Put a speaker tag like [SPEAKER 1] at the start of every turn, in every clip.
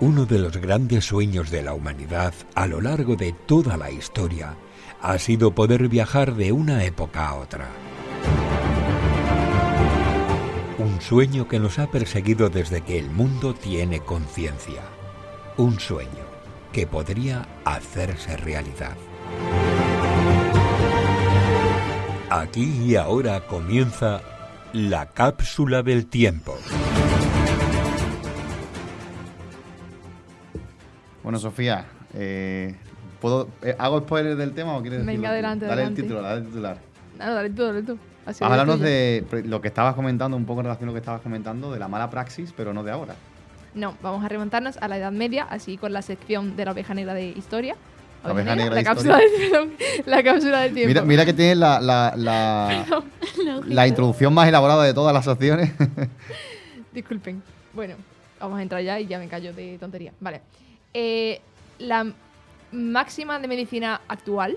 [SPEAKER 1] Uno de los grandes sueños de la humanidad a lo largo de toda la historia ha sido poder viajar de una época a otra. Un sueño que nos ha perseguido desde que el mundo tiene conciencia. Un sueño que podría hacerse realidad. Aquí y ahora comienza la cápsula del tiempo.
[SPEAKER 2] Bueno, Sofía, eh, ¿puedo, eh, ¿hago spoiler del tema o quieres
[SPEAKER 3] Venga,
[SPEAKER 2] decirlo? tú?
[SPEAKER 3] adelante,
[SPEAKER 2] Dale
[SPEAKER 3] adelante.
[SPEAKER 2] el título, dale el titular.
[SPEAKER 3] Nada, Ah, dale tú, dale tú. Así es
[SPEAKER 2] Háblanos
[SPEAKER 3] tuyo.
[SPEAKER 2] de pre- lo que estabas comentando, un poco en relación a lo que estabas comentando, de la mala praxis, pero no de ahora.
[SPEAKER 3] No, vamos a remontarnos a la Edad Media, así con la sección de la oveja negra de historia.
[SPEAKER 2] La oveja negra de
[SPEAKER 3] la cápsula de perdón, la cápsula del tiempo.
[SPEAKER 2] Mira, mira que tienes la, la, la, la introducción más elaborada de todas las opciones.
[SPEAKER 3] Disculpen. Bueno, vamos a entrar ya y ya me callo de tontería. Vale. Eh, la m- máxima de medicina actual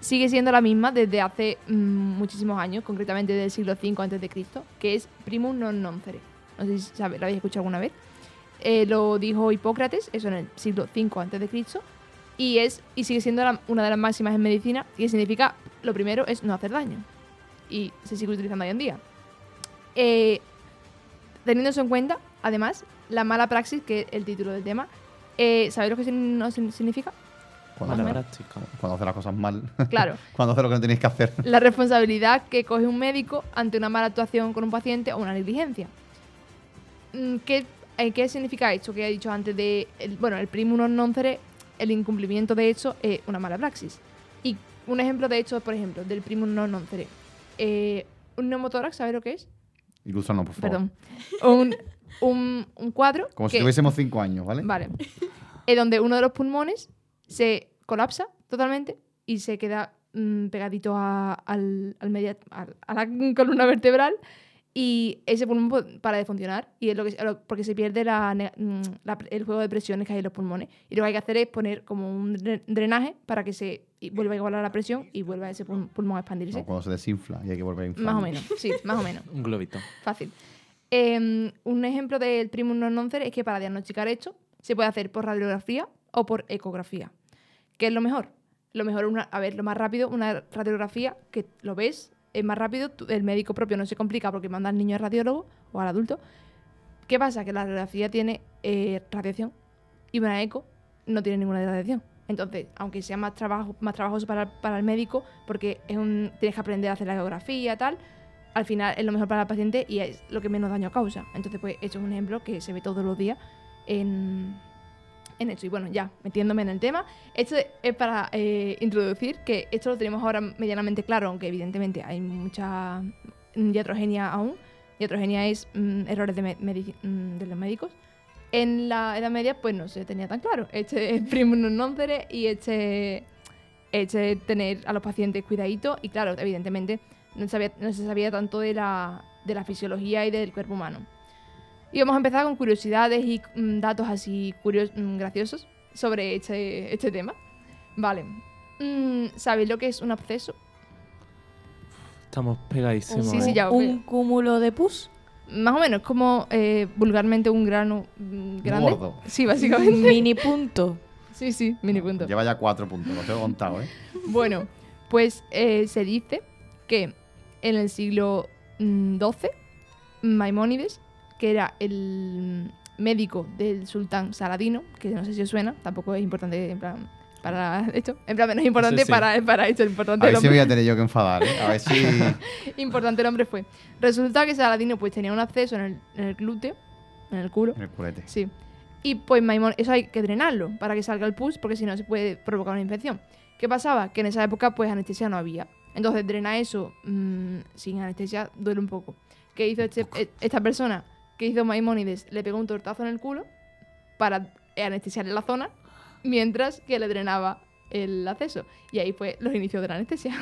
[SPEAKER 3] sigue siendo la misma desde hace mm, muchísimos años, concretamente del siglo V antes de Cristo, que es primum non nocere. No sé si sabe- lo habéis escuchado alguna vez. Eh, lo dijo Hipócrates, eso en el siglo V antes de Cristo, y es y sigue siendo la- una de las máximas en medicina, que significa lo primero es no hacer daño. Y se sigue utilizando hoy en día. Eh, teniendo eso en cuenta, además, la mala praxis, que es el título del tema, eh, ¿sabéis lo que sin- no sin- significa?
[SPEAKER 2] Cuando,
[SPEAKER 3] Mala
[SPEAKER 2] haces- cuando haces las cosas mal.
[SPEAKER 3] Claro,
[SPEAKER 2] cuando haces lo que no tenéis que hacer.
[SPEAKER 3] la responsabilidad que coge un médico ante una mala actuación con un paciente o una negligencia. Mm, ¿Qué, eh, qué significa esto que he dicho antes de, el- bueno, el primum non nocere, el incumplimiento de hecho es una mala praxis? Y un ejemplo de hecho, por ejemplo, del primum non nocere. Eh, un neumotórax, ¿sabéis lo que es?
[SPEAKER 2] Ilústranos, por favor.
[SPEAKER 3] Perdón. Un, un, un cuadro
[SPEAKER 2] Como si
[SPEAKER 3] que-
[SPEAKER 2] tuviésemos cinco años, ¿vale?
[SPEAKER 3] Vale. Es donde uno de los pulmones se colapsa totalmente y se queda mm, pegadito a, al, al media- al- a la columna vertebral y ese pulmón pu- para de funcionar y es lo que lo- porque se pierde la ne- mm, la pre- el juego de presiones que hay en los pulmones y lo que hay que hacer es poner como un dre- drenaje para que se y vuelva a igualar la presión y vuelva ese pul- pulmón a expandirse
[SPEAKER 2] O cuando se desinfla y hay que volver a inflar.
[SPEAKER 3] más o menos sí más o menos
[SPEAKER 4] Un globito.
[SPEAKER 3] Fácil. Eh, un ejemplo del primum non nocere es que para diagnosticar esto se puede hacer por radiografía o por ecografía. ¿Qué es lo mejor? Lo mejor, es una, a ver, lo más rápido, una radiografía que lo ves, es más rápido, tú- el médico propio no se complica porque manda al niño al radiólogo o al adulto. ¿Qué pasa? Que la radiografía tiene eh, radiación y una eco no tiene ninguna radiación. Entonces, aunque sea más, trabajo, más trabajoso para, para el médico, porque es un, tienes que aprender a hacer la ecografía y tal, al final es lo mejor para el paciente y es lo que menos daño causa. Entonces, pues, esto es un ejemplo que se ve todos los días en, en esto. Y bueno, ya, metiéndome en el tema, esto es para eh, introducir que esto lo tenemos ahora medianamente claro, aunque evidentemente hay mucha mm, iatrogenia aún. Iatrogenia es mm, errores de, me- medici- mm, de los médicos. En la Edad Media, pues no se tenía tan claro. Este es primum non nocere y este este tener a los pacientes cuidadito y claro, evidentemente no, sabía- no se sabía tanto de la, de la fisiología y del cuerpo humano. Y vamos a empezar con curiosidades y mm, datos así curios- mm, graciosos sobre este, este tema. Vale. Mm, ¿Sabéis lo que es un absceso?
[SPEAKER 4] Estamos pegadísimos.
[SPEAKER 3] Sí,
[SPEAKER 4] ¿eh?
[SPEAKER 3] sí, ya. os
[SPEAKER 5] Un
[SPEAKER 3] veo.
[SPEAKER 5] cúmulo de pus.
[SPEAKER 3] Más o menos, como eh, vulgarmente un grano mm, grande.
[SPEAKER 2] Gordo.
[SPEAKER 3] Sí, básicamente.
[SPEAKER 5] Mini punto.
[SPEAKER 3] Sí, sí, mini punto.
[SPEAKER 2] Lleva ya cuatro puntos, los he contado, ¿eh?
[SPEAKER 3] Bueno, pues eh, se dice que en el siglo mm, XII, Maimónides, que era el mm, médico del sultán Saladino, que no sé si os suena, tampoco es importante en plan, para esto, en plan menos importante
[SPEAKER 4] sí.
[SPEAKER 3] para, para esto,
[SPEAKER 2] A
[SPEAKER 3] importante el
[SPEAKER 2] ver si me voy
[SPEAKER 3] hombre,
[SPEAKER 2] a tener yo que enfadar, ¿eh? A ver si.
[SPEAKER 3] importante el hombre fue. Resulta que Saladino pues tenía un acceso en el, en el glúteo, en el culo,
[SPEAKER 2] En el culete.
[SPEAKER 3] Sí. Y pues Maimón, eso hay que drenarlo para que salga el pus, porque si no se puede provocar una infección. ¿Qué pasaba? Que en esa época pues anestesia no había. Entonces drenar eso mm, sin anestesia duele un poco. ¿Qué hizo este- e- esta persona? ¿Qué hizo Maimónides? Le pegó un tortazo en el culo para anestesiar la zona mientras que le drenaba el acceso. Y ahí fue los inicios de la anestesia.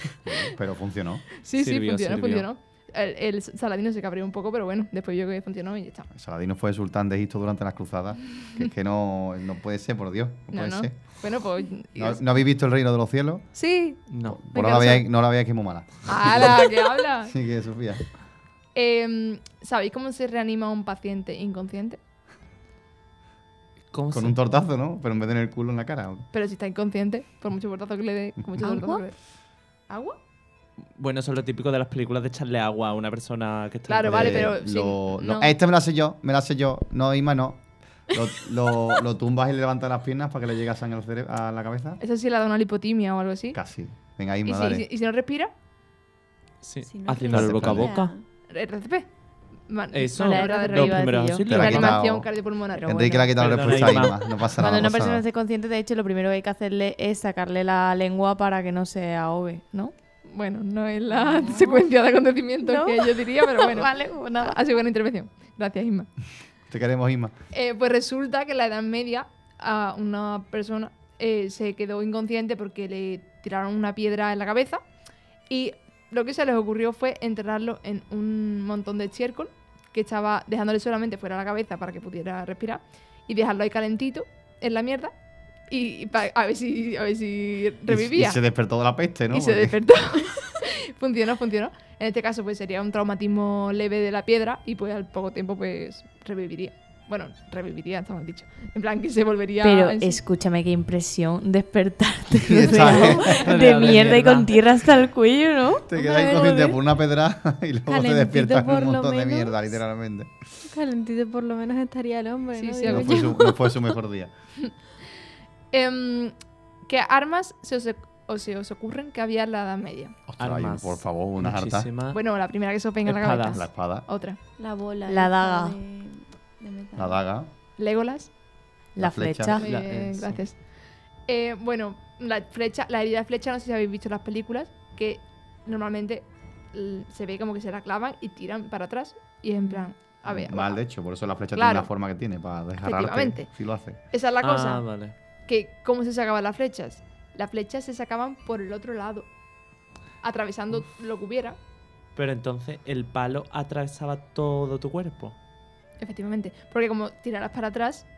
[SPEAKER 2] Pero funcionó.
[SPEAKER 3] sí, sí,
[SPEAKER 4] Sirvió,
[SPEAKER 3] funcionó,
[SPEAKER 4] sirvió.
[SPEAKER 3] funcionó. El, el Saladino se cabreó un poco, pero bueno, después vio que funcionó y ya está.
[SPEAKER 4] Pues
[SPEAKER 2] Saladino fue sultán de Egipto durante las cruzadas. Que es que no, no puede ser, por Dios. No,
[SPEAKER 3] No,
[SPEAKER 2] puede
[SPEAKER 3] no.
[SPEAKER 2] ser.
[SPEAKER 3] Bueno, pues...
[SPEAKER 2] ¿No, no habéis visto el reino de los cielos?
[SPEAKER 5] Sí.
[SPEAKER 4] No.
[SPEAKER 2] Por
[SPEAKER 3] Venga,
[SPEAKER 2] ahora
[SPEAKER 3] no sé.
[SPEAKER 2] veáis- no la veáis que es muy mala.
[SPEAKER 3] ¡Hala! ¿Qué habla?
[SPEAKER 2] Así que, Sofía.
[SPEAKER 3] Em, ¿Sabéis cómo se reanima un paciente inconsciente?
[SPEAKER 4] ¿Cómo
[SPEAKER 2] Con
[SPEAKER 4] se-
[SPEAKER 2] un tortazo, ¿no? Pero en vez de en el culo, en la cara.
[SPEAKER 3] Pero si está inconsciente, por mucho portazo que le dé, con mucho
[SPEAKER 5] ¿Agua?
[SPEAKER 3] tortazo que le dé. ¿Agua?
[SPEAKER 4] Bueno, eso es lo típico de las películas de echarle agua a una persona que está.
[SPEAKER 3] Claro, vale, pero
[SPEAKER 2] Eh,
[SPEAKER 3] sin-
[SPEAKER 2] lo- lo-
[SPEAKER 3] no.
[SPEAKER 2] Este me lo sé yo, me lo sé yo. No, Ima, no. Lo, lo- lo tumbas y le levantas las piernas para que le llegue sangre al cere- a la cabeza.
[SPEAKER 3] Eso sí le da una lipotimia o algo así.
[SPEAKER 2] Casi. Venga,
[SPEAKER 3] ¿Eh, ¿Y
[SPEAKER 2] Ima,
[SPEAKER 3] si, y
[SPEAKER 2] dale.
[SPEAKER 3] si- y si no respira,
[SPEAKER 4] Sí.
[SPEAKER 5] Si no
[SPEAKER 4] Haciendo el boca a
[SPEAKER 5] respira.
[SPEAKER 4] boca.
[SPEAKER 3] RCP. Man-
[SPEAKER 4] Eso,
[SPEAKER 3] maniobra de
[SPEAKER 5] Los
[SPEAKER 4] Los
[SPEAKER 5] reviva,
[SPEAKER 3] reanimación
[SPEAKER 4] primeros
[SPEAKER 5] tío.
[SPEAKER 4] auxilios.
[SPEAKER 2] Te la quitaba.
[SPEAKER 3] Reanimación
[SPEAKER 2] quitado.
[SPEAKER 3] cardiopulmonar.
[SPEAKER 2] Enrique le ha quitado la
[SPEAKER 4] Perdona,
[SPEAKER 2] respuesta a
[SPEAKER 4] Ima.
[SPEAKER 2] Ima. No pasa nada.
[SPEAKER 5] Cuando
[SPEAKER 2] no
[SPEAKER 5] una
[SPEAKER 2] pasa
[SPEAKER 5] persona
[SPEAKER 2] nada.
[SPEAKER 5] esté consciente, de hecho, lo primero que hay que hacerle es sacarle la lengua para que no se ahogue, ¿no?
[SPEAKER 3] Bueno, no es la secuencia de acontecimientos
[SPEAKER 5] No.
[SPEAKER 3] que yo diría, pero bueno.
[SPEAKER 5] vale, pues nada.
[SPEAKER 3] Ha sido buena intervención. Gracias, Isma.
[SPEAKER 2] Te queremos, Ima.
[SPEAKER 3] Eh, pues resulta que en la Edad Media a una persona eh, se quedó inconsciente porque le tiraron una piedra en la cabeza y lo que se les ocurrió fue enterrarlo en un montón de estiércol que estaba dejándole solamente fuera la cabeza para que pudiera respirar y dejarlo ahí calentito en la mierda y, y pa- a ver si a ver si
[SPEAKER 2] Y-
[SPEAKER 3] revivía
[SPEAKER 2] Y, se despertó de la peste, ¿no?
[SPEAKER 3] y se
[SPEAKER 2] Porque-
[SPEAKER 3] despertó. funcionó, funcionó. En este caso, pues sería un traumatismo leve de la piedra y pues al poco tiempo, pues reviviría. Bueno, reviviría, está mal dicho. En plan, que se volvería.
[SPEAKER 5] Pero
[SPEAKER 3] en sí.
[SPEAKER 5] escúchame qué impresión despertarte
[SPEAKER 2] Y está- ¿eh?
[SPEAKER 5] de, de mierda y con tierra hasta el cuello, ¿no?
[SPEAKER 2] Te
[SPEAKER 5] Vale,
[SPEAKER 2] quedas inconsciente
[SPEAKER 5] joder.
[SPEAKER 2] por una pedra y luego te
[SPEAKER 5] Calentito
[SPEAKER 2] despiertas con
[SPEAKER 5] por
[SPEAKER 2] un
[SPEAKER 5] lo
[SPEAKER 2] montón de
[SPEAKER 5] menos.
[SPEAKER 2] mierda, literalmente.
[SPEAKER 5] Calentito por lo menos estaría el hombre,
[SPEAKER 3] Sí,
[SPEAKER 5] ¿no?
[SPEAKER 3] sí,
[SPEAKER 5] Digo
[SPEAKER 2] No
[SPEAKER 5] yo.
[SPEAKER 2] fue, su, no fue su mejor día.
[SPEAKER 3] Em, ¿Qué armas se os, o se os ocurren que había en la Edad Media?
[SPEAKER 2] Ostras,
[SPEAKER 4] Armas.
[SPEAKER 2] Ima, por favor, unas hartas.
[SPEAKER 4] Muchísimas.
[SPEAKER 3] Bueno, la primera que se os venga a la
[SPEAKER 4] Espadas.
[SPEAKER 2] La
[SPEAKER 3] cabeza.
[SPEAKER 2] espada,
[SPEAKER 3] Otra.
[SPEAKER 6] La bola.
[SPEAKER 5] La
[SPEAKER 6] esta
[SPEAKER 5] daga.
[SPEAKER 6] de- de metal.
[SPEAKER 2] la daga.
[SPEAKER 3] Legolas.
[SPEAKER 5] La
[SPEAKER 2] La flecha.
[SPEAKER 5] flecha.
[SPEAKER 3] Muy
[SPEAKER 4] La-
[SPEAKER 3] bien,
[SPEAKER 4] eh, sí.
[SPEAKER 3] gracias. Eh, bueno, la flecha, la herida de flecha, no sé si habéis visto las películas, que normalmente l- se ve como que se la clavan y tiran para atrás. Y es en plan, a ver,
[SPEAKER 2] Mal,
[SPEAKER 3] va.
[SPEAKER 2] de hecho, por eso la flecha
[SPEAKER 3] Claro.
[SPEAKER 2] tiene la forma que tiene, para dejar
[SPEAKER 3] Efectivamente.
[SPEAKER 2] si lo hace.
[SPEAKER 3] esa es la cosa.
[SPEAKER 4] Ah, vale.
[SPEAKER 3] que cómo se sacaban las flechas. Las flechas se sacaban por el otro lado, atravesando lo que hubiera,
[SPEAKER 4] Pero entonces el palo atravesaba todo tu cuerpo.
[SPEAKER 3] efectivamente. Porque como tiraras para atrás,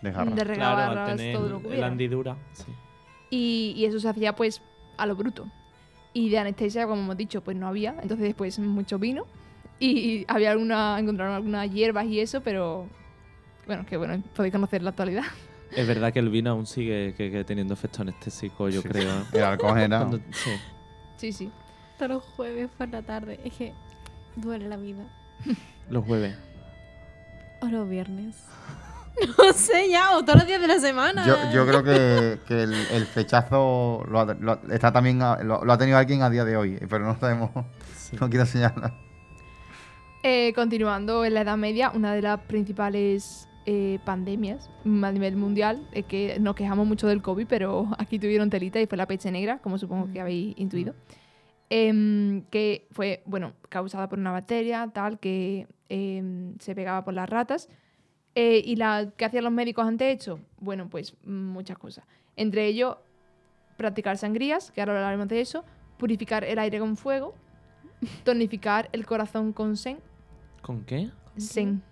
[SPEAKER 2] Dejarra.
[SPEAKER 3] derregabas
[SPEAKER 4] claro, al tener
[SPEAKER 3] todo lo que
[SPEAKER 4] la
[SPEAKER 3] hubiera.
[SPEAKER 4] hendidura. Sí.
[SPEAKER 3] Y, y eso se hacía pues a lo bruto. Y de anestesia, como hemos dicho, pues no había. Entonces después mucho vino. Y había alguna, encontraron algunas hierbas y eso, pero bueno, que bueno, podéis conocer la actualidad.
[SPEAKER 4] Es verdad que el vino aún sigue que- que teniendo efecto anestésico, yo
[SPEAKER 2] Sí,
[SPEAKER 4] creo. ¿eh?
[SPEAKER 2] El halcón era.
[SPEAKER 4] Cuando- sí.
[SPEAKER 3] Sí, sí.
[SPEAKER 6] Todos los jueves por la tarde. Es que duele la vida.
[SPEAKER 4] Los jueves.
[SPEAKER 6] O los viernes. No sé ya, o todos los días de la semana.
[SPEAKER 2] Yo, yo creo que, que el, el flechazo lo ha, lo ha- está también a- lo, lo ha tenido alguien a día de hoy, pero no sabemos,
[SPEAKER 4] Sí.
[SPEAKER 2] no quiero señalar.
[SPEAKER 3] Eh, continuando en la Edad Media, una de las principales eh, pandemias mm, a nivel mundial, es que nos quejamos mucho del COVID, pero aquí tuvieron telita y fue la peste negra, como supongo que habéis intuido, Em, que fue, bueno, causada por una bacteria, tal, que em, se pegaba por las ratas. Eh, ¿Y la que hacían los médicos ante hecho? Bueno, pues mm, muchas cosas. Entre ellos, practicar sangrías, que ahora hablaremos de eso, purificar el aire con fuego, tonificar el corazón con sen,
[SPEAKER 4] ¿Con qué?
[SPEAKER 3] Sen.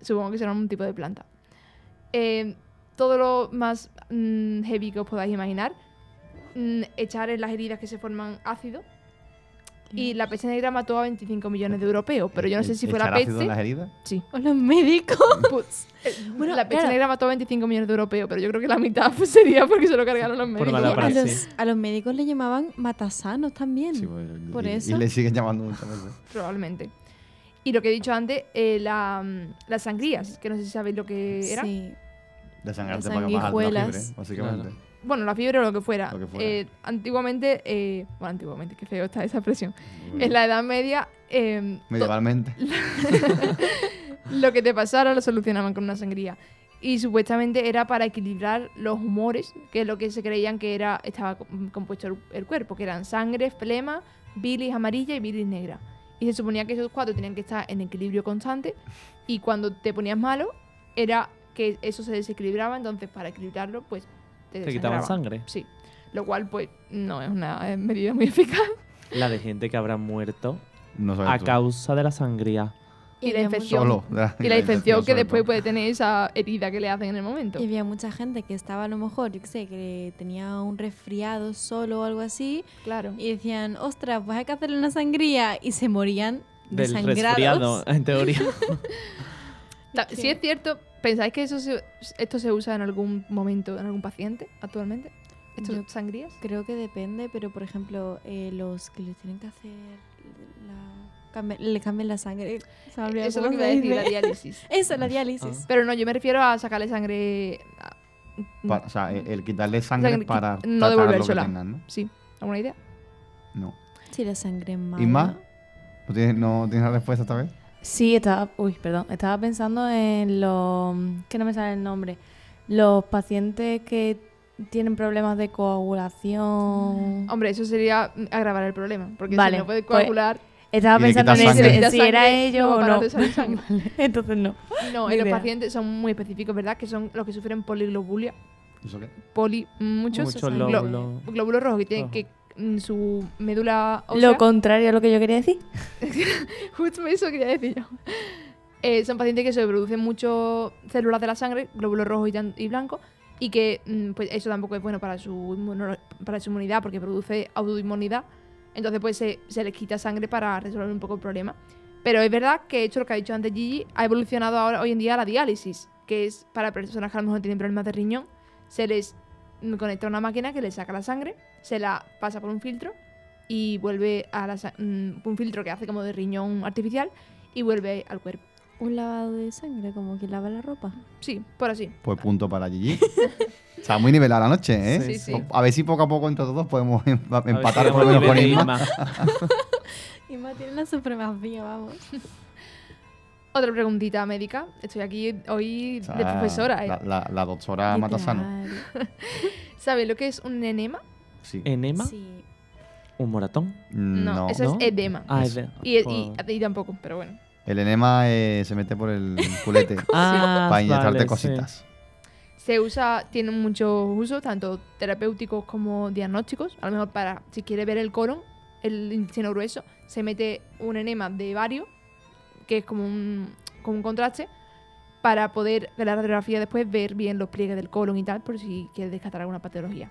[SPEAKER 3] Supongo que será un tipo de planta. Eh, todo lo más mm, heavy que os podáis imaginar. Mm, echar en las heridas que se forman ácido. Y la peste negra mató a 25 millones de europeos. Pero yo no sé si fue la
[SPEAKER 2] ¿Echar ¿E- ácido
[SPEAKER 3] peste.
[SPEAKER 2] en las heridas?
[SPEAKER 3] Sí.
[SPEAKER 6] O los médicos.
[SPEAKER 3] Pues, eh,
[SPEAKER 6] Bueno,
[SPEAKER 3] la peste
[SPEAKER 6] claro.
[SPEAKER 3] negra mató a 25 millones de europeos. Pero yo creo que la mitad pues, sería porque se lo cargaron los
[SPEAKER 4] Por
[SPEAKER 3] médicos.
[SPEAKER 4] mala
[SPEAKER 6] a,
[SPEAKER 4] práctica.
[SPEAKER 6] los, a los médicos le llamaban matasanos también.
[SPEAKER 2] Sí, pues,
[SPEAKER 6] Por
[SPEAKER 2] y,
[SPEAKER 6] eso.
[SPEAKER 2] Y le siguen llamando muchas veces.
[SPEAKER 3] Probablemente. Y lo que he dicho antes, eh, la, mm, las sangrías. Que no sé si sabéis lo que era.
[SPEAKER 6] Sí.
[SPEAKER 2] De sangrarte
[SPEAKER 6] Las
[SPEAKER 2] para que bajas la fiebre,
[SPEAKER 6] sanguijuelas.
[SPEAKER 2] básicamente.
[SPEAKER 4] Claro.
[SPEAKER 3] Bueno, la fiebre o lo que fuera.
[SPEAKER 2] Lo que fuera.
[SPEAKER 3] Eh, antiguamente, eh, bueno, antiguamente, qué feo está esa expresión.
[SPEAKER 2] Bueno,
[SPEAKER 3] En la Edad Media, eh,
[SPEAKER 2] Medievalmente.
[SPEAKER 3] lo que te pasara lo solucionaban con una sangría. Y supuestamente era para equilibrar los humores, que es lo que se creían que era estaba co- compuesto el, el cuerpo, que eran sangre, flema, bilis amarilla y bilis negra. Y se suponía que esos cuatro tenían que estar en equilibrio constante y cuando te ponías malo era que eso se desequilibraba, entonces para equilibrarlo pues te,
[SPEAKER 4] Te quitaban
[SPEAKER 3] desangraba.
[SPEAKER 4] sangre.
[SPEAKER 3] Sí, lo cual pues no es una eh, medida muy eficaz.
[SPEAKER 4] La de gente que habrá muerto
[SPEAKER 2] No sabes
[SPEAKER 4] a
[SPEAKER 2] tú.
[SPEAKER 4] causa de la sangría.
[SPEAKER 3] Y la
[SPEAKER 6] había
[SPEAKER 3] infección.
[SPEAKER 2] Solo.
[SPEAKER 3] Y la infección que
[SPEAKER 2] sobre
[SPEAKER 3] después
[SPEAKER 2] todo.
[SPEAKER 3] puede tener esa herida que le hacen en el momento.
[SPEAKER 6] mucha- Y había mucha gente que estaba a lo mejor, yo qué sé, que tenía un resfriado solo o algo así.
[SPEAKER 3] Claro.
[SPEAKER 6] Y decían, ostras, pues hay que hacerle una sangría. Y se morían
[SPEAKER 4] Del
[SPEAKER 6] desangrados.
[SPEAKER 4] resfriado, en teoría.
[SPEAKER 3] Ta- Sí es cierto ¿Pensáis que eso se- esto se usa en algún momento, en algún paciente actualmente? ¿Estas
[SPEAKER 6] Yo-
[SPEAKER 3] sangrías?
[SPEAKER 6] Creo que depende, pero por ejemplo, eh, los que les tienen que hacer la... cambia- le cambian la sangre. Sabría
[SPEAKER 3] Eso es
[SPEAKER 6] cómo
[SPEAKER 3] lo que iba a
[SPEAKER 6] se
[SPEAKER 3] decir, la
[SPEAKER 6] dice.
[SPEAKER 3] diálisis.
[SPEAKER 6] Eso,
[SPEAKER 2] Ah.
[SPEAKER 6] la diálisis.
[SPEAKER 3] Pero no, yo me refiero a sacarle sangre. ah, a-
[SPEAKER 2] Pa- o sea, el, el quitarle sangre
[SPEAKER 3] Sangre qui-
[SPEAKER 2] para
[SPEAKER 3] no
[SPEAKER 2] tratar lo que
[SPEAKER 3] devolvérsela.
[SPEAKER 2] tengan, ¿no?
[SPEAKER 3] Sí, ¿alguna idea?
[SPEAKER 2] No.
[SPEAKER 6] Sí, la sangre mala.
[SPEAKER 2] ¿Y más? ¿No tienes, no tienes la respuesta esta vez?
[SPEAKER 5] Sí, estaba, uy, perdón, estaba pensando en los, que no me sale el nombre, los pacientes que tienen problemas de coagulación.
[SPEAKER 3] Hombre, eso sería mm, agravar el problema, porque
[SPEAKER 5] Vale,
[SPEAKER 3] si no puede
[SPEAKER 5] pues-
[SPEAKER 3] coagular,
[SPEAKER 5] Estaba
[SPEAKER 2] Y le
[SPEAKER 5] pensando en
[SPEAKER 2] quitas sangre.
[SPEAKER 5] ese,
[SPEAKER 3] Le
[SPEAKER 5] si
[SPEAKER 3] quitas
[SPEAKER 5] era
[SPEAKER 3] sangre,
[SPEAKER 5] ello
[SPEAKER 3] no,
[SPEAKER 5] o
[SPEAKER 3] para
[SPEAKER 5] no.
[SPEAKER 3] de salir sangre.
[SPEAKER 5] Vale, entonces no.
[SPEAKER 3] no,
[SPEAKER 5] Ni
[SPEAKER 3] en los
[SPEAKER 5] idea.
[SPEAKER 3] pacientes son muy específicos, ¿verdad? Que son los que sufren poliglobulia,
[SPEAKER 2] ¿Eso qué?
[SPEAKER 3] poli, muchos,
[SPEAKER 4] Muchos
[SPEAKER 6] sangre.
[SPEAKER 4] lóbulos.
[SPEAKER 3] glóbulos rojos que tienen
[SPEAKER 4] Ojo.
[SPEAKER 3] que mm, su médula ósea,
[SPEAKER 5] Lo contrario a lo que yo quería decir.
[SPEAKER 3] justo eso quería decir yo. Eh, son pacientes que se producen mucho células de la sangre, glóbulos rojos y, tan- y blancos, y que mm, pues eso tampoco es bueno para su, inmuno- para su inmunidad porque produce autoinmunidad. Entonces pues se, se les quita sangre para resolver un poco el problema. Pero es verdad que hecho lo que ha dicho antes Gigi, ha evolucionado ahora hoy en día la diálisis, que es para personas que a lo mejor tienen problemas de riñón, se les mm, conecta una máquina que les saca la sangre, se la pasa por un filtro y vuelve a la, sa- mm, un filtro que hace como de riñón artificial y vuelve al cuerpo.
[SPEAKER 6] Un lavado de sangre, como que lava la ropa.
[SPEAKER 3] Sí, por así.
[SPEAKER 2] Pues punto para Gigi. Está muy nivelada la noche, ¿eh?
[SPEAKER 3] Ah. Sí, sí.
[SPEAKER 2] A ver si poco a poco entre todos podemos em-
[SPEAKER 4] A ver si
[SPEAKER 2] empatar por lo
[SPEAKER 4] vamos
[SPEAKER 2] menos con
[SPEAKER 4] nivel
[SPEAKER 2] Isma.
[SPEAKER 4] Isma.
[SPEAKER 6] Y más tiene la supremacía, vamos.
[SPEAKER 3] Otra preguntita médica. Estoy aquí hoy
[SPEAKER 2] O sea,
[SPEAKER 3] de profesora. ¿eh?
[SPEAKER 2] La, la- la doctora Matasano.
[SPEAKER 6] Literal.
[SPEAKER 3] ¿Sabes lo que es un enema?
[SPEAKER 2] Sí.
[SPEAKER 4] ¿Enema?
[SPEAKER 6] Sí.
[SPEAKER 4] ¿Un moratón?
[SPEAKER 2] Mm, No.
[SPEAKER 3] eso
[SPEAKER 4] ¿No?
[SPEAKER 3] es edema.
[SPEAKER 4] Ah,
[SPEAKER 2] Eso.
[SPEAKER 4] es de-
[SPEAKER 3] Y, y-
[SPEAKER 4] por-
[SPEAKER 3] y tampoco, pero bueno.
[SPEAKER 2] El enema eh, se mete por el culete
[SPEAKER 4] Ah,
[SPEAKER 2] para inyectarte
[SPEAKER 4] vale, sí.
[SPEAKER 2] cositas.
[SPEAKER 3] Se usa, tiene muchos usos, tanto terapéuticos como diagnósticos. A lo mejor para, si quiere ver el colon, el intestino grueso, se mete un enema de vario, que es como un, como un contraste, para poder ver la radiografía después, ver bien los pliegues del colon y tal, por si quiere descartar alguna patología.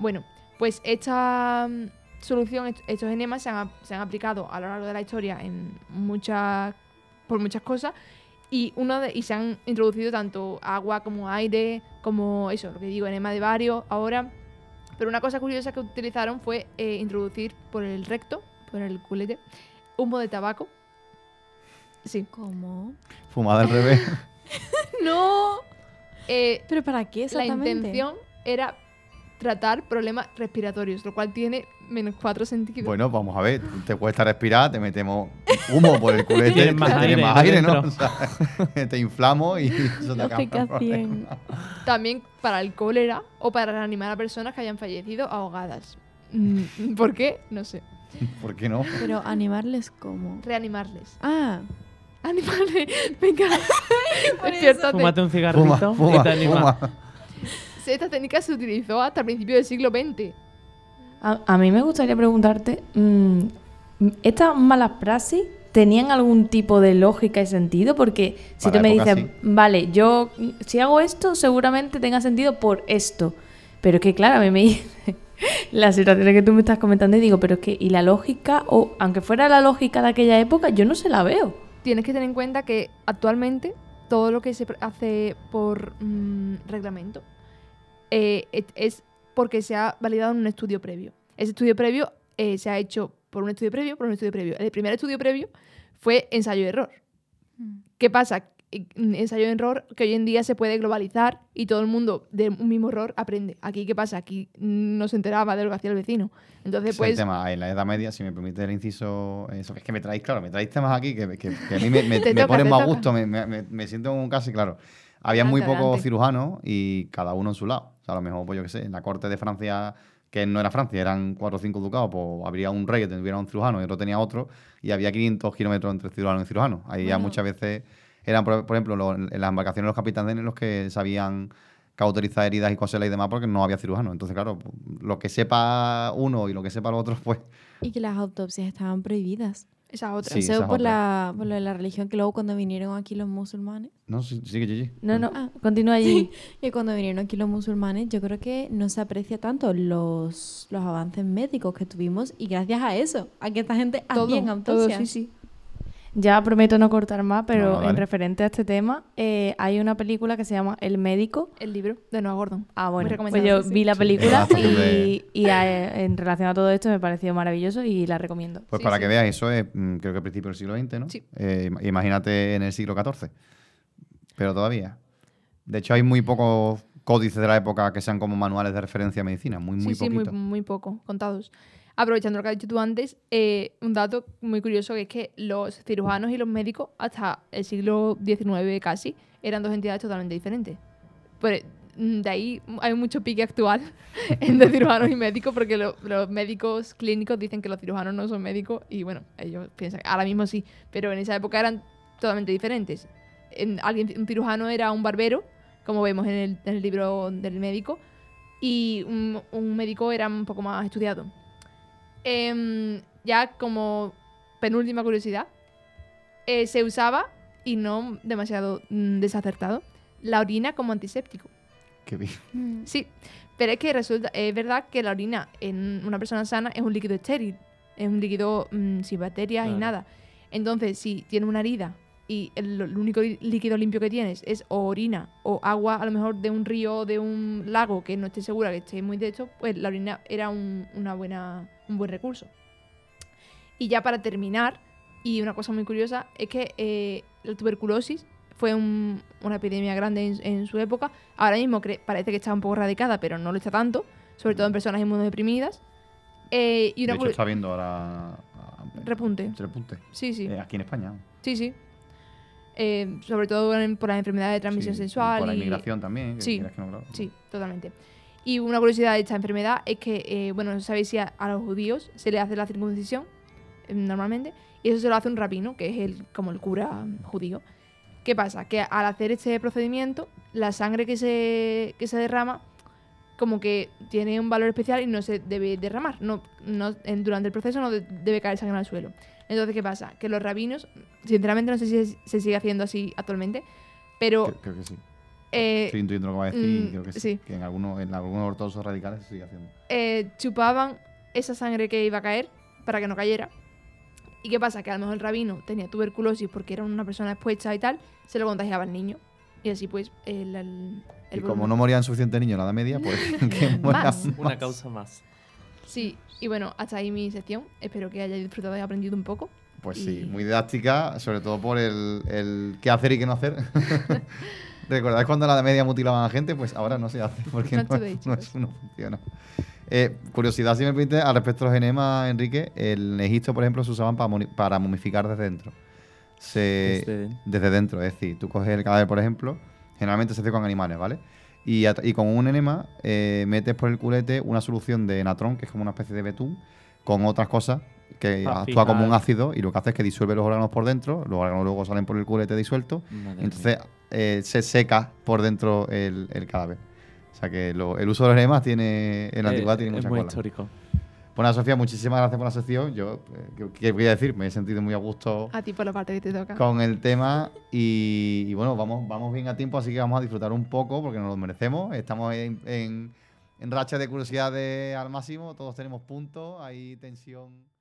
[SPEAKER 3] Bueno, pues esta mm, solución, est- estos enemas se han, ap- se han aplicado a lo largo de la historia en muchas, por muchas cosas y, uno de- y se han introducido tanto agua como aire, como eso, lo que digo, enema de vario ahora. Pero una cosa curiosa que utilizaron fue eh, introducir por el recto, por el culete, humo de tabaco. Sí.
[SPEAKER 6] ¿Cómo?
[SPEAKER 2] Fumada al revés.
[SPEAKER 3] ¡No! Eh,
[SPEAKER 6] ¿Pero para qué
[SPEAKER 3] la
[SPEAKER 6] exactamente?
[SPEAKER 3] intención era tratar problemas respiratorios, lo cual tiene menos cuatro sentidos.
[SPEAKER 2] Bueno, vamos a ver, te cuesta respirar, te metemos humo por el culete,
[SPEAKER 4] Tienes más
[SPEAKER 2] te
[SPEAKER 4] aire
[SPEAKER 2] más aire, ¿no?
[SPEAKER 4] dentro.
[SPEAKER 2] O sea, te inflamos y eso te acaba el
[SPEAKER 6] Lógica
[SPEAKER 2] problema.
[SPEAKER 3] También para el cólera o para reanimar a personas que hayan fallecido ahogadas. Mm, ¿Por qué? No sé.
[SPEAKER 2] ¿Por qué no?
[SPEAKER 6] Pero animarles cómo.
[SPEAKER 3] Reanimarles.
[SPEAKER 6] Ah,
[SPEAKER 3] Animales, venga. Despiértate.
[SPEAKER 4] Fúmate un
[SPEAKER 2] Fuma,
[SPEAKER 4] cigarrito y
[SPEAKER 2] fuma,
[SPEAKER 4] te animas.
[SPEAKER 2] fuma.
[SPEAKER 3] Esta técnica se utilizó hasta el principio del siglo XX.
[SPEAKER 5] A, a mí me gustaría preguntarte, mm, ¿estas malas praxis tenían algún tipo de lógica y sentido? Porque si
[SPEAKER 2] Para
[SPEAKER 5] tú me
[SPEAKER 2] la
[SPEAKER 5] dices,
[SPEAKER 2] época,
[SPEAKER 5] vale, yo mm, si hago esto seguramente tenga sentido por esto, pero es que claro, a mí me dice la situación que tú me estás comentando y digo, pero es que, ¿y la lógica? O aunque fuera la lógica de aquella época, yo no se la veo.
[SPEAKER 3] Tienes que tener en cuenta que actualmente todo lo que se pr- hace por mm, reglamento eh, et- es porque se ha validado en un estudio previo. Ese estudio previo eh, se ha hecho por un estudio previo, por un estudio previo. El primer estudio previo fue ensayo-error. ¿Qué pasa? Eh, mm, Ensayo de error que hoy en día se puede globalizar y todo el mundo de un mismo error aprende. Aquí, ¿qué pasa? Aquí mm, no se enteraba de lo que hacía el vecino. Entonces,
[SPEAKER 2] Ese es el
[SPEAKER 3] pues,
[SPEAKER 2] tema, en la Edad Media, si me permite el inciso, eso, es que me traéis, claro, me traéis temas aquí que, que- que a mí me, me-
[SPEAKER 3] Te
[SPEAKER 2] me
[SPEAKER 3] toca,
[SPEAKER 2] ponen
[SPEAKER 3] te
[SPEAKER 2] más a
[SPEAKER 3] toca.
[SPEAKER 2] gusto, me, me- me- me siento un casi, claro. Había muy
[SPEAKER 3] Adelante,
[SPEAKER 2] pocos
[SPEAKER 3] adelante.
[SPEAKER 2] cirujanos y cada uno en su lado. O sea, a lo mejor, pues yo qué sé, en la corte de Francia, que no era Francia, eran cuatro o cinco ducados, pues habría un rey que tuviera un cirujano y otro tenía otro, y había 500 kilómetros entre cirujano y cirujano. Ahí ya
[SPEAKER 6] Bueno.
[SPEAKER 2] muchas veces eran, por, por ejemplo, los- en las embarcaciones los capitanes los que sabían cauterizar heridas y coserlas y demás porque no había cirujano. Entonces, claro, lo que sepa uno y lo que sepa el otro, pues
[SPEAKER 6] y que las autopsias estaban prohibidas.
[SPEAKER 3] esa otra.
[SPEAKER 2] Sí,
[SPEAKER 6] Eso
[SPEAKER 2] esa es
[SPEAKER 6] por
[SPEAKER 2] otra.
[SPEAKER 6] la, por lo de la religión que luego cuando vinieron aquí los musulmanes.
[SPEAKER 2] No, sí, sigue Gigi.
[SPEAKER 5] No, no,
[SPEAKER 6] Ah.
[SPEAKER 5] continúa allí.
[SPEAKER 6] Y cuando vinieron aquí los musulmanes, yo creo que no se aprecia tanto los, los avances médicos que tuvimos y gracias a eso, a que esta gente
[SPEAKER 3] Todo,
[SPEAKER 6] hacían
[SPEAKER 3] todo,
[SPEAKER 6] autopsias.
[SPEAKER 3] sí, sí.
[SPEAKER 5] Ya prometo no cortar más, pero
[SPEAKER 2] No, no,
[SPEAKER 5] en
[SPEAKER 2] dale.
[SPEAKER 5] referente a este tema, eh, hay una película que se llama El Médico.
[SPEAKER 3] El libro de Noah Gordon.
[SPEAKER 5] Ah,
[SPEAKER 3] Muy
[SPEAKER 5] bueno, pues
[SPEAKER 3] recomendable,
[SPEAKER 5] yo
[SPEAKER 3] sí, sí.
[SPEAKER 5] vi la
[SPEAKER 2] Sí.
[SPEAKER 5] película
[SPEAKER 2] Pedazo
[SPEAKER 5] y,
[SPEAKER 2] de-
[SPEAKER 5] y a- en relación a todo esto me pareció maravilloso y la recomiendo.
[SPEAKER 2] Pues
[SPEAKER 3] Sí,
[SPEAKER 2] para
[SPEAKER 3] sí.
[SPEAKER 2] que veas, eso es, mm, creo que a principios del siglo XX, ¿no?
[SPEAKER 3] Sí.
[SPEAKER 2] Eh, im- imagínate en el siglo XIV. Pero todavía. De hecho, hay muy pocos códices de la época que sean como manuales de referencia a medicina. Muy, muy
[SPEAKER 3] sí, sí, muy,
[SPEAKER 2] poquito.
[SPEAKER 3] muy poco, contados. Aprovechando lo que has dicho tú antes, eh, un dato muy curioso que es que los cirujanos y los médicos hasta el siglo XIX casi eran dos entidades totalmente diferentes. Pero mm, de ahí hay mucho pique actual entre cirujanos y médicos porque lo- los médicos clínicos dicen que los cirujanos no son médicos y bueno, ellos piensan que ahora mismo sí, pero en esa época eran totalmente diferentes. En- alguien, un cirujano era un barbero, como vemos en el- en el libro del médico, y un, un médico era un poco más estudiado. Em, ya como penúltima curiosidad, eh, se usaba, y no demasiado mm, desacertado, la orina como antiséptico.
[SPEAKER 2] Qué bien.
[SPEAKER 6] Mm.
[SPEAKER 3] Sí, pero es que resulta, es verdad que la orina en una persona sana es un líquido estéril, es un líquido mm, sin bacterias y
[SPEAKER 4] Claro.
[SPEAKER 3] nada. Entonces, si tienes una herida y el, lo- el único li- líquido limpio que tienes es o orina o agua, a lo mejor de un río o de un lago que no esté segura que esté muy de hecho, pues la orina era un, una buena, un buen recurso. Y ya para terminar, y una cosa muy curiosa, es que eh, la tuberculosis fue un- una epidemia grande en, en su época. Ahora mismo cre- parece que está un poco radicada, pero no lo está tanto, sobre todo en personas inmunodeprimidas. Eh, y
[SPEAKER 2] De
[SPEAKER 3] una
[SPEAKER 2] hecho,
[SPEAKER 3] curi-
[SPEAKER 2] está viendo ahora. a-
[SPEAKER 3] Repunte.
[SPEAKER 2] repunte.
[SPEAKER 3] Sí, sí,
[SPEAKER 2] Eh, aquí en España.
[SPEAKER 3] sí, sí. Eh, sobre todo en- por las enfermedades de transmisión
[SPEAKER 2] Sí, y
[SPEAKER 3] sexual.
[SPEAKER 2] Por la
[SPEAKER 3] y-
[SPEAKER 2] inmigración también. que
[SPEAKER 3] Sí.
[SPEAKER 2] quieras que no, claro.
[SPEAKER 3] Sí, totalmente. Y una curiosidad de esta enfermedad es que, eh, bueno, sabéis si a, a los judíos se les hace la circuncisión eh, normalmente, y eso se lo hace un rabino, que es el, como el cura mm, judío. ¿Qué pasa? Que al hacer este procedimiento, la sangre que se, que se derrama como que tiene un valor especial y no se debe derramar. No, no, en- durante el proceso no de- debe caer sangre al suelo. Entonces, ¿qué pasa? Que los rabinos, sinceramente no sé si es- se sigue haciendo así actualmente, pero...
[SPEAKER 2] Creo, creo que sí.
[SPEAKER 3] eh,
[SPEAKER 2] Estoy intuyendo lo que va a decir y
[SPEAKER 3] mm,
[SPEAKER 2] creo que sí.
[SPEAKER 3] sí.
[SPEAKER 2] Que en algunos, en algunos ortodoxos radicales se sigue haciendo.
[SPEAKER 3] eh, chupaban esa sangre que iba a caer para que no cayera. ¿Y qué pasa? Que a lo mejor el rabino tenía tuberculosis porque era una persona expuesta y tal, se lo contagiaba al niño. Y así pues el... el- el
[SPEAKER 2] y como
[SPEAKER 3] volumen-
[SPEAKER 2] no morían suficientes niños en la Edad Media, pues que mueran
[SPEAKER 3] Más.
[SPEAKER 4] Una
[SPEAKER 2] más.
[SPEAKER 4] causa más.
[SPEAKER 3] Sí, y bueno, hasta ahí mi sección. Espero que hayáis disfrutado y aprendido un poco.
[SPEAKER 2] Pues sí,
[SPEAKER 3] Y-
[SPEAKER 2] muy didáctica, sobre todo por el, el qué hacer y qué no hacer. ¿Recordáis cuando en la Edad Media mutilaban a gente? Pues ahora no se hace porque
[SPEAKER 3] No
[SPEAKER 2] no,
[SPEAKER 3] estudiéis,
[SPEAKER 2] no,
[SPEAKER 3] chicos.
[SPEAKER 2] eso no funciona. Eh, curiosidad, si me permite, al respecto de los enemas, Enrique, en Egipto, por ejemplo, se usaban para, moni- para momificar desde dentro. Se,
[SPEAKER 4] Desde dentro.
[SPEAKER 2] desde dentro, es decir, tú coges el cadáver, por ejemplo, generalmente se hace con animales, ¿vale? Y, at- y con un enema eh, metes por el culete una solución de natrón, que es como una especie de betún, con otras cosas que
[SPEAKER 4] Pa'
[SPEAKER 2] actúa como un
[SPEAKER 4] fijar.
[SPEAKER 2] ácido y lo que hace es que disuelve los órganos por dentro, los órganos luego salen por el culete disueltos,
[SPEAKER 4] Madre mía.
[SPEAKER 2] entonces eh, se seca por dentro el, el cadáver. O sea que lo- el uso de los enemas tiene, en la
[SPEAKER 4] Eh,
[SPEAKER 2] antigüedad tiene
[SPEAKER 4] Es
[SPEAKER 2] mucha
[SPEAKER 4] muy
[SPEAKER 2] cola.
[SPEAKER 4] histórico.
[SPEAKER 2] Bueno, Sofía, muchísimas gracias por la sección. Yo, eh, ¿qué, qué voy a decir? Me he sentido muy a gusto
[SPEAKER 3] A ti por la parte que te toca.
[SPEAKER 2] con el tema y, y bueno, vamos, vamos bien a tiempo, así que vamos a disfrutar un poco porque nos lo merecemos. Estamos en, en, en racha de curiosidades al máximo, todos tenemos puntos, hay tensión.